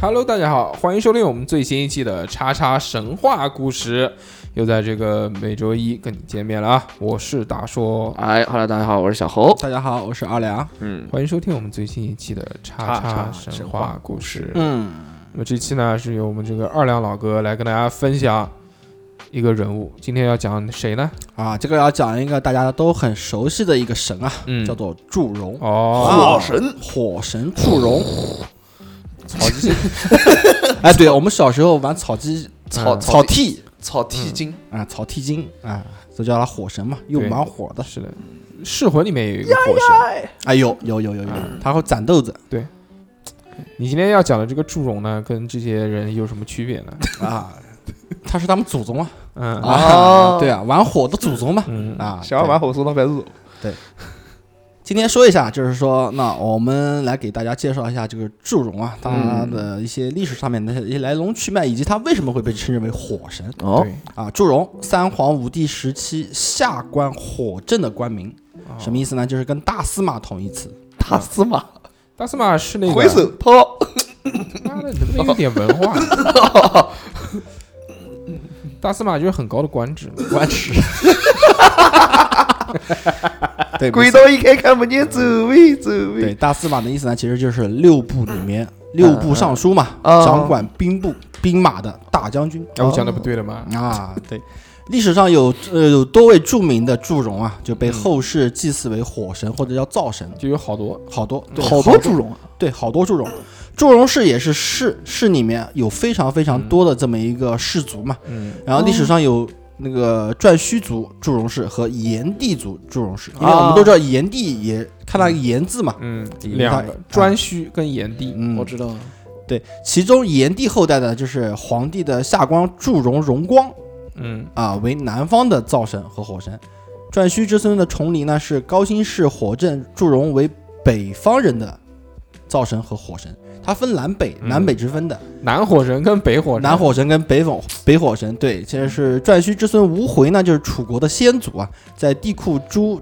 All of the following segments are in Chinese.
Hello，大家好，欢迎收听我们最新一期的《叉叉神话故事》，又在这个每周一跟你见面了啊！我是大硕，哎哈喽，大家好，我是小侯。大家好，我是阿良。嗯，欢迎收听我们最新一期的《叉叉神话故事》。嗯，那么这期呢，是由我们这个二两老哥来跟大家分享一个人物。今天要讲谁呢？啊，这个要讲一个大家都很熟悉的一个神啊，嗯叫做祝融，哦，火神火神祝融。曹鸡星，哎，对，我们小时候玩草鸡、草嗯草草剃草剃精，啊，草剃精啊，都叫他火神嘛，又对蛮火的。是的，《噬魂》里面有一个火神。哎，有有有有有，他会攒豆子你今天要讲的这个祝融呢，跟这些人有什么区别呢？啊，他是他们祖宗啊嗯啊， 对啊，玩火的祖宗嘛嗯啊，想要对玩火速到白日。今天说一下，就是说，那我们来给大家介绍一下这个祝融啊，它的一些历史上面的一些来龙去脉，以及它为什么会被称之为火神哦，对啊。祝融，三皇五帝时期下官火正的官名，哦什么意思呢？就是跟大司马同义词。大司马，大司马是那个回首抛，妈的，能不能有点文化？大司马就是很高的官职嘛，官职。对，轨没错道一开看不见，走位走对位。大司马的意思呢，其实就是六部里面六部尚书嘛，嗯掌管兵部兵马的大将军。哎，我讲的不对了吗？啊，对，历史上有呃有多位著名的祝融啊，就被后世祭祀为火神或者叫灶神，就有好多，好多对好多祝融啊，对好多祝融。祝融氏也是氏氏里面有非常非常多的这么一个氏族嘛，嗯，然后历史上有那个颛顼族祝融氏和炎帝族祝融氏，因为啊我们都知道炎帝也看到一个炎字嘛，嗯，嗯两个嗯颛顼跟炎帝，嗯，我知道。对，其中炎帝后代的就是皇帝的夏光祝融荣光，嗯，啊为南方的灶神和火神。颛顼之孙的重离呢是高辛氏火正祝融为北方人的灶神和火神，它分南北，嗯南北之分的，南火神跟北火神，南火神跟北火北火神。对，这是颛顼之孙吴回呢，就是楚国的先祖啊，在帝库诛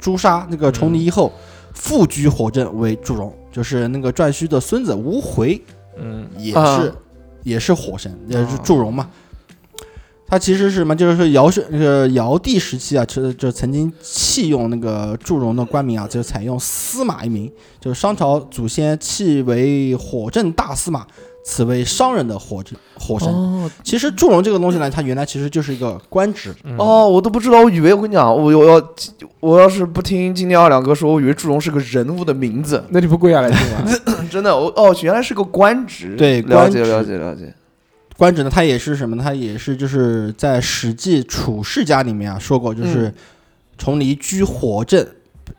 诛杀那个重离以后，复居火正为祝融，就是那个颛顼的孙子吴回嗯，也是、啊也是火神，也是祝融嘛。他其实是什么？就是说尧是那个尧帝时期啊，就就曾经弃用那个祝融的官名啊，就采用司马一名，就是商朝祖先弃为火正大司马，此为商人的火正火神。哦其实祝融这个东西呢，它原来其实就是一个官职，嗯，哦，我都不知道，我以为我跟你讲，我我要我要是不听今天二两哥说，我以为祝融是个人物的名 字，那你不啊跪下来听吗？真的，我哦，原来是个官职。对了解官职了解了解。官职呢，它也是什么呢？它也是就是在《史记·楚世家》里面啊说过，嗯就是重离居火正，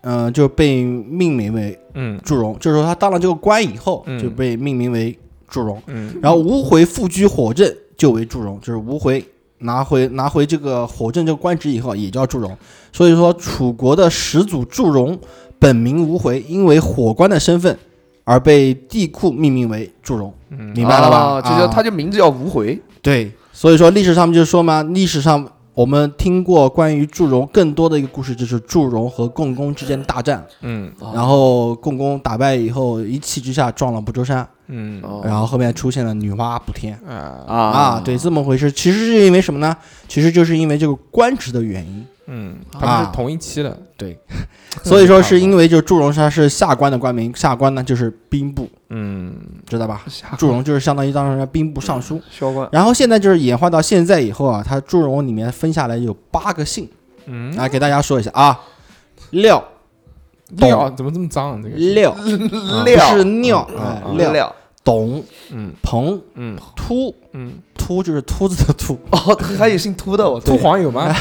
嗯、就被命名为嗯祝融，就是说他当了这个官以后嗯就被命名为祝融，嗯然后吴回复居火正就为祝融，就是吴回拿回拿回这个火正这个官职以后也叫祝融，所以说楚国的始祖祝融本名吴回，因为火官的身份而被帝库命名为祝融，嗯明白了吧？哦就叫啊他就名字叫无回。对，所以说历史上面就说嘛，历史上我们听过关于祝融更多的一个故事，就是祝融和共工之间的大战，嗯哦然后共工打败以后，一气之下撞了不周山， 嗯哦然后后面出现了女娲补天。啊啊啊，对，这么回事，其实是因为什么呢？其实就是因为这个官职的原因，嗯，他们是啊同一期的，对，所以说是因为就是祝融他是下官的官名，下官呢就是兵部，嗯知道吧？下祝融就是相当于当时的兵部尚书，萧关然后现在就是演化到现在以后啊，它祝融里面分下来有八个姓，嗯，来给大家说一下啊，廖懂料哎怎么这么脏啊？这个是廖啊 不料是尿，嗯啊哎啊廖料董嗯彭嗯秃嗯，秃就是秃子的秃，哦，还有姓秃的，我吐吐黄油吗？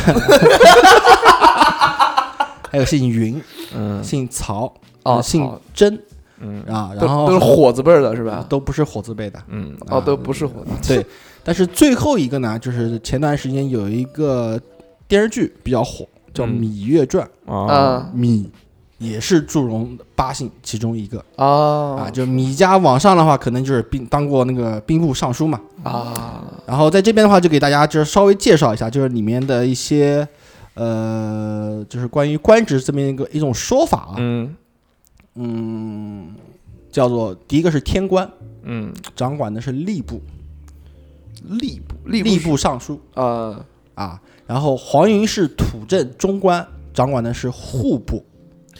还有姓云、嗯姓曹呃哦，姓操甄嗯啊，都然都是啊后火字辈儿的是吧？都不是火字辈的，嗯 哦，啊都不是火字，对。但是最后一个呢，就是前段时间有一个电视剧比较火，叫《嗯芈月传》，啊啊，芈也是祝融八姓其中一个啊。啊就米家往上的话，可能就是兵当过那个兵部尚书嘛。啊然后在这边的话，就给大家就是稍微介绍一下，就是里面的一些呃，就是关于官职这么一个一种说法啊，嗯嗯，叫做第一个是天官，嗯掌管的是吏部，吏部吏部吏部尚书啊啊。然后黄云是土政中官，掌管的是户部，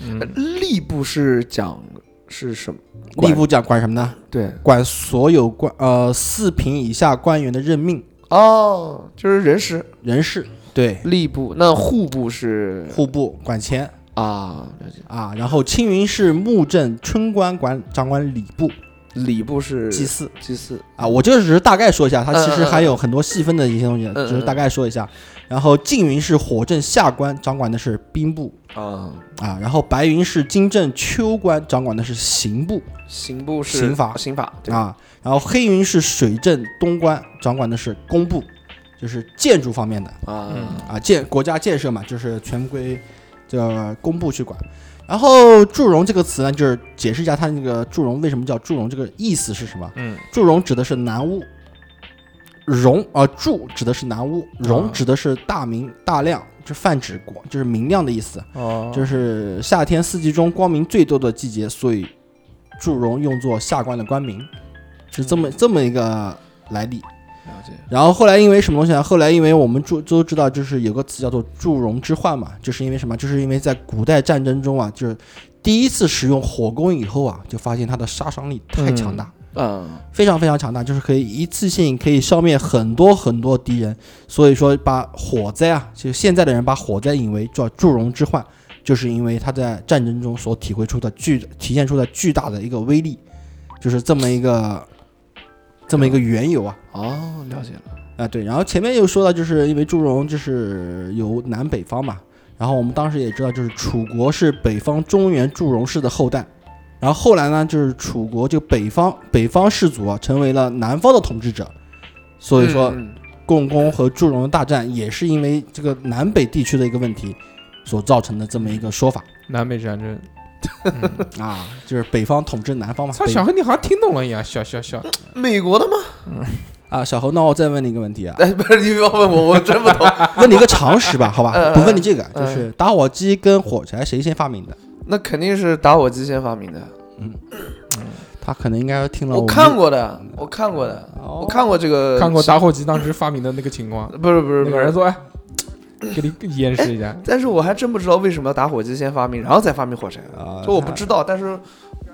嗯吏部是讲是什么？管吏部讲管什么呢？对管所有官呃四品以下官员的任命哦，就是人事人事，对，吏部，那户部是户部管钱啊，了解啊。然后青云是木政春官管掌管礼部礼部是祭祀。祭祀啊，我就只是大概说一下，它其嗯嗯实嗯还有很多细分的一些东西，嗯只是大概说一下。然后缙云是火正下官，掌管的是兵部啊，啊。然后白云是金正秋官，掌管的是刑部刑部是刑法刑法对啊。然后黑云是水正东官，掌管的是工部，就是建筑方面的啊啊，建国家建设嘛，就是全归这个工部去管。然后祝融这个词呢，就是解释一下它那个祝融为什么叫祝融，这个意思是什么？嗯祝融指的是南屋，容啊祝指的是南屋，容啊指的是大明大亮，这泛指光，就是明亮的意思，哦，就是夏天四季中光明最多的季节，所以祝融用作下官的官名，是这么、这么一个来历。了解然后后来因为什么东西呢？后来因为我们祝都知道，就是有个词叫做祝融之患嘛，就是因为什么？就是因为在古代战争中啊，就是第一次使用火攻以后啊，就发现它的杀伤力太强大。嗯非常非常强大，就是可以一次性可以消灭很多很多敌人。所以说，把火灾啊，就现在的人把火灾引为叫祝融之患，就是因为他在战争中所体会出的巨体现出的巨大的一个威力，就是这么一个这么一个缘由啊哦了解了啊对。然后前面又说到，就是因为祝融就是有南北方嘛，然后我们当时也知道，就是楚国是北方中原祝融氏的后代。然后后来呢，就是楚国就北方北方氏族啊，成为了南方的统治者，所以说嗯共工和祝融的大战也是因为这个南北地区的一个问题所造成的这么一个说法哦南北战争。啊，就是北方统治南方嘛。操，北小黑你好像听懂了一样，小小小，美国的吗？，啊，小侯，那我再问你一个问题啊哎，不是你不要问我，我真不懂。问你一个常识吧，好吧嗯，嗯不问你这个，就嗯是打火机跟火柴谁先发明的？那肯定是打火机先发明的，他可能应该听了我们看过的，我看过的，我看过这个，哦看过打火机当时发明的那个情况，不是不是那不个人 是，说，哎，给你演示一下，但是我还真不知道为什么打火机先发明，然后再发明火柴，啊，就我不那知道，但是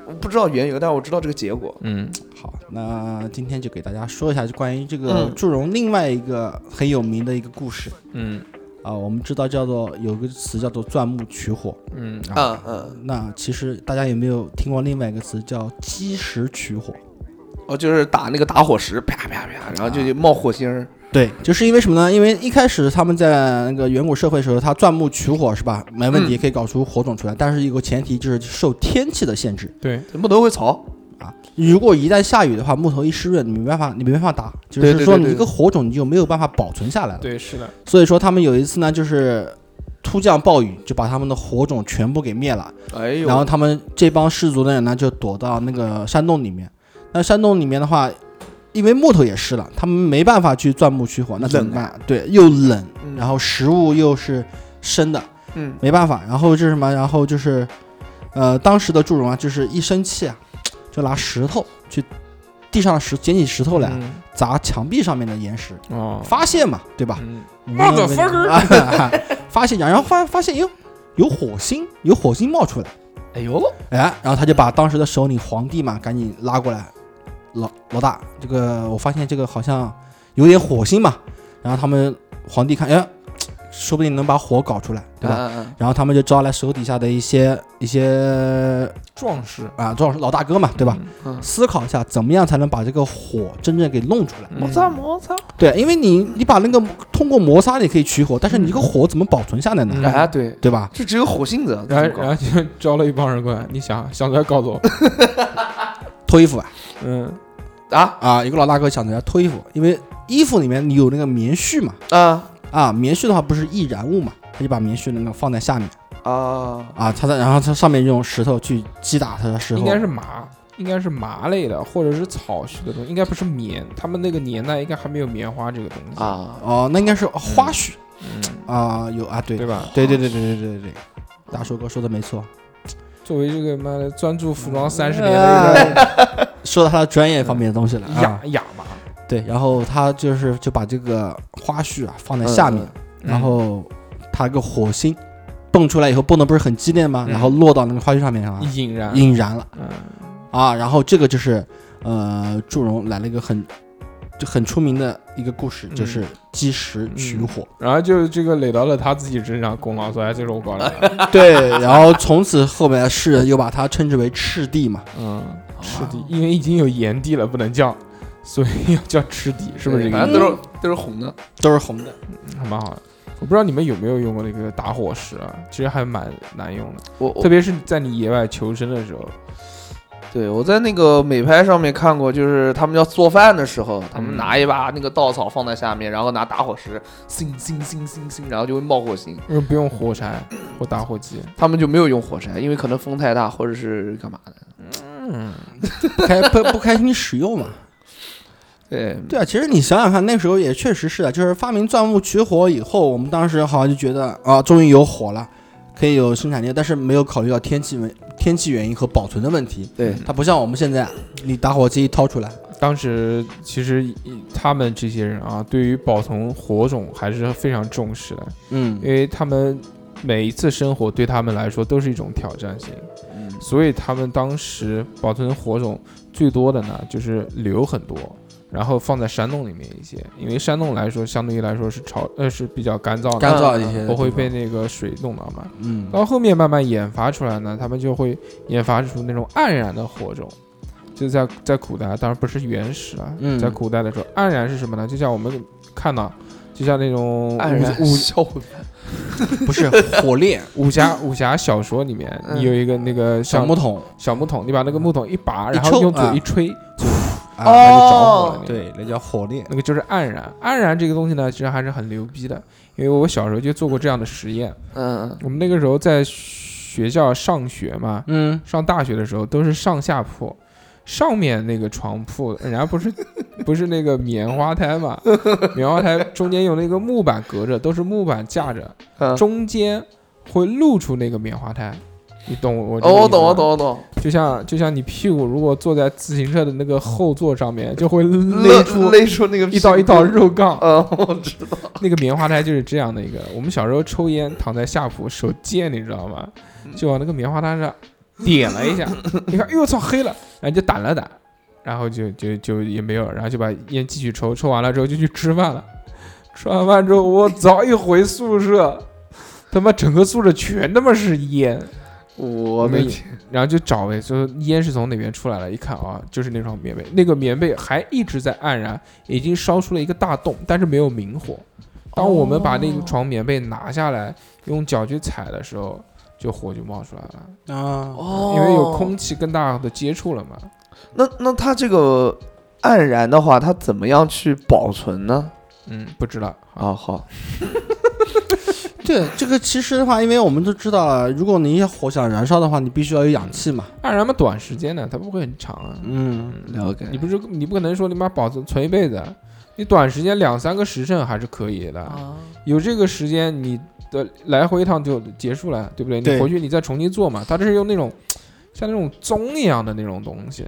我不知道缘由，但我知道这个结果。嗯好，那今天就给大家说一下，就关于这个嗯祝融另外一个很有名的一个故事嗯啊，我们知道叫做有个词叫做钻木取火。嗯，嗯嗯，那其实大家有没有听过另外一个词叫基石取火？哦，就是打那个打火石，啪啪啪，然后就冒火嗯星儿。对，就是因为什么呢？因为一开始他们在那个远古社会的时候，他钻木取火是吧？没问嗯题，可以搞出火种出来，但是有个前提就是受天气的限制对，木头会潮，啊。如果一旦下雨的话，木头一湿润，你没办法，你没办法打，就对是对说对你对一个火种你就没有办法保存下来了。对，是的，所以说他们有一次呢，就是突降暴雨，就把他们的火种全部给灭了。哎呦，然后他们这帮氏族的人呢，就躲到那个山洞里面。那山洞里面的话，因为木头也湿了，他们没办法去钻木取火，那怎么冷啊办？对，又冷，嗯然后食物又是生的，嗯没办法。然后就是什么？然后就是，呃，当时的祝融啊，就是一生气啊，就拿石头去地上的石捡起石头来嗯砸墙壁上面的岩石，哦，发现嘛，对吧？嗯那个 Motherfucker 啊， 发现然后发发现哟，有火星，有火星冒出来，哎呦，哎，然后他就把当时的首领皇帝嘛，赶紧拉过来，老老大，这个我发现这个好像有点火星嘛，然后他们皇帝看，哎，说不定能把火搞出来，对吧？吧？然后他们就招来手底下的一些一些壮士，啊，这种老大哥嘛，对吧？嗯思考一下，怎么样才能把这个火真正给弄出来？嗯？摩擦摩擦，对，因为你你把那个通过摩擦你可以取火，但是你这个火怎么保存下来呢？嗯哎，对，对吧？这只有火星子啊然这么后搞然后就招了一帮人过来，你想想出来搞 走，脱衣服啊嗯啊啊！有个老大哥想着要脱衣服，因为衣服里面你有那个棉絮嘛啊啊，棉絮的话不是易燃物嘛，他就把棉絮那个放在下面，啊，啊，他在然后他上面用石头去击打他的石头，应该是麻，应该是麻类的或者是草系的东西，应该不是棉。他们那个年代应该还没有棉花这个东西，啊，哦，那应该是花絮嗯，啊，有啊，对对吧？对对对对对对对对，大叔哥说的没错，作为这个妈的专注服装三十年的一呃说到他的专业方面的东西了个亚啊，亚麻，对，然后他就是就把这个花絮啊放在下嗯嗯面，然后他个火星蹦出来以后蹦的不是很激烈吗？嗯然后落到那个花絮上面啊，引燃，引燃了嗯啊，然后这个就是呃祝融来了一个很就很出名的一个故事，嗯就是积石取火，然后就这个垒到了他自己身上，功劳说哎，这是我搞 的，对，然后从此后面世人又把它称之为赤地嘛，嗯，赤底，因为已经有炎帝了，不能叫，所以要叫赤底，是不是这反个意正思都？是都是红的，都是红的。还蛮好的。我不知道你们有没有用过那个打火石啊，其实还蛮难用的，我我特别是在你野外求生的时候，对，我在那个美拍上面看过，就是他们要做饭的时候，他嗯们拿一把那个稻草放在下面，然后拿打火石，星星星星星，然后就会冒火星。因为嗯不用火柴或打火机，他们就没有用火柴，因为可能风太大或者是干嘛的。不开不不开心使用嘛？对，对啊，其实你想想看，那时候也确实是啊，就是发明钻木取火以后，我们当时好像就觉得啊，终于有火了，可以有生产力，但是没有考虑到天气问天气原因和保存的问题。对，嗯它不像我们现在，你打火机一掏出来，当时其实一他们这些人啊，对于保存火种还是非常重视的，嗯因，为他们每一次生活对他们来说都是一种挑战性，嗯所以他们当时保存火种最多的呢就是留很多，然后放在山洞里面一些，因为山洞来说相对于来说是潮呃是比较干燥的，呃干燥一些的地方，不会被那个水弄到嘛。嗯到后面慢慢研发出来呢，他们就会研发出那种黯然的火种。就在在古代，当然不是原始啊，嗯在古代的时候，黯然是什么呢？就像我们看到，就像那种黯然武武销魂。不是火炼武侠武侠小说里面，嗯你有一个那个小像木桶小木桶，你把那个木桶一拔，一然后抽用嘴啊一吹，就啊嗯哦它就着火了。那个，对，那叫火炼。那个就是黯然。黯然这个东西呢，其实还是很牛逼的，因为我小时候就做过这样的实验。 嗯，我们那个时候在学校上学嘛，嗯，上大学的时候都是上下铺，上面那个床铺，人家不是 不是那个棉花胎嘛，棉花胎中间有那个木板隔着，都是木板架着，嗯中间会露出那个棉花胎，你懂我？哦，我懂，我我懂，我懂，就像就像你屁股如果坐在自行车的那个后座上 面，就会勒勒出勒出那个一道一道屁股。肉杠。 嗯，我知道。那个棉花胎就是这样的一个。我们小时候抽烟，躺在下铺，手贱，你知道吗？嗯就往那个棉花胎上点了 一下，你看，哎呦我操，黑了，然后就掸了掸，然后就就就也没有，然后就把烟继续抽，抽完了之后就去吃饭了。吃完饭之后，我早一回宿舍，他妈整个宿舍全他妈是烟。我没没有然后就找呗，就是烟是从哪边出来了，一看啊，就是那床棉被，那个棉被还一直在黯然，已经烧出了一个大洞，但是没有明火。当我们把那个床棉被拿下来，用脚去踩的时候，就火就冒出来了，啊，哦，因为有空气更大的接触了嘛。那那它这个黯然的话，它怎么样去保存呢？嗯，不知道啊，啊，好，对，这个其实的话，因为我们都知道了，如果你火想燃烧的话，你必须要有氧气嘛。黯然嘛，短时间的，它不会很长啊。嗯，了解你不是你不可能说你妈保存存一辈子，啊你短时间两三个时辰还是可以的。啊，有这个时间，你的来回一趟就结束了，对不对？对你回去你再重新做嘛。它这是用那种像那种棕一样的那种东西，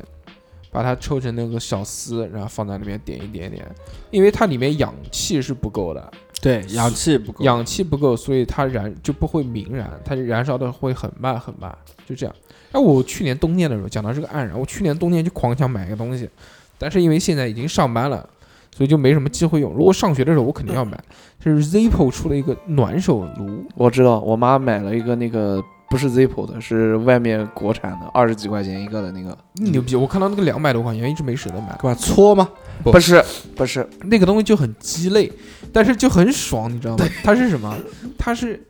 把它抽成那个小丝，然后放在里面点一点点，因为它里面氧气是不够的，对，氧气不够。氧气不够，所以它燃就不会明燃，它燃烧的会很慢很慢，就这样。哎，我去年冬天的时候讲到这个黯然，我去年冬天就狂想买一个东西，但是因为现在已经上班了，所以就没什么机会用。如果上学的时候，我肯定要买。就是 Zippo 出了一个暖手炉，我知道，我妈买了一个那个不是 Zippo 的，是外面国产的，二十几块钱一个的那个，牛逼！我看到那个两百多块钱，一直没舍得买。干嘛搓吗？不不是不是，那个东西就很鸡肋，但是就很爽，你知道 吗？它是什么？它是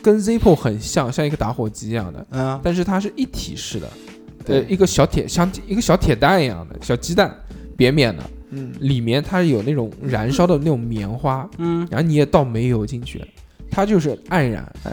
跟 Zippo 很像，像一个打火机一样的，嗯，但是它是一体式的，呃，一个小铁像一个小铁蛋一样的小鸡蛋，扁扁的，嗯，里面它有那种燃烧的那种棉花，嗯，然后你也倒煤油进去，它就是黯然哎。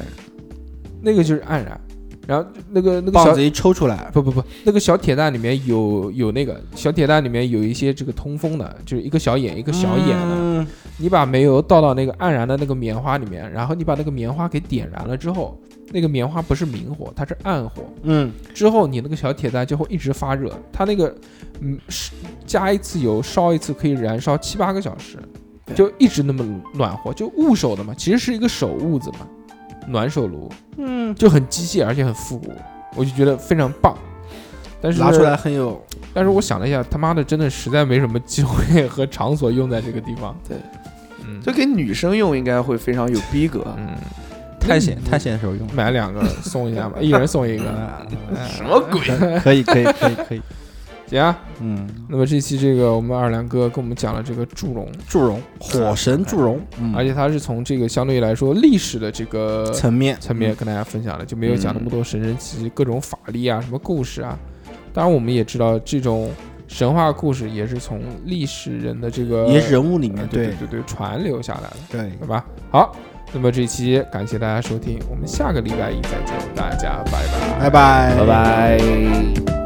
那个就是黯然，然后那个那个棒小子一抽出来，不不不，那个小铁蛋里面有有那个小铁蛋里面有一些这个通风的，就是一个小眼一个小眼的，嗯你把煤油倒到那个黯然的那个棉花里面，然后你把那个棉花给点燃了之后，那个棉花不是明火，它是暗火。嗯，之后你那个小铁蛋就会一直发热，它那个嗯是加一次油烧一次可以燃烧七八个小时，对就一直那么暖和，就捂手的嘛，其实是一个手焐子嘛，暖手炉，嗯，就很机械而且很复古，我就觉得非常棒。但是拿出来很有，但是我想了一下，他妈的真的实在没什么机会 和场所用在这个地方。对，嗯，就给女生用应该会非常有逼格。嗯，探险探险的时候用，买两个送一下吧，一人送一 个。嗯嗯什么鬼？可以可以可以可以，行啊，嗯，那么这期这个我们二两哥跟我们讲了这个祝融， 祝融火神祝融，嗯而且他是从这个相对来说历史的这个层面层面跟大家分享了，就没有讲那么多神神奇奇各种法力啊、什么故事啊。当然，我们也知道这种神话故事也是从历史人的这个也是人物里面呃对对对对传流下来的，对对吧？好，那么这期感谢大家收听，我们下个礼拜一再见，大家拜拜，拜拜拜拜。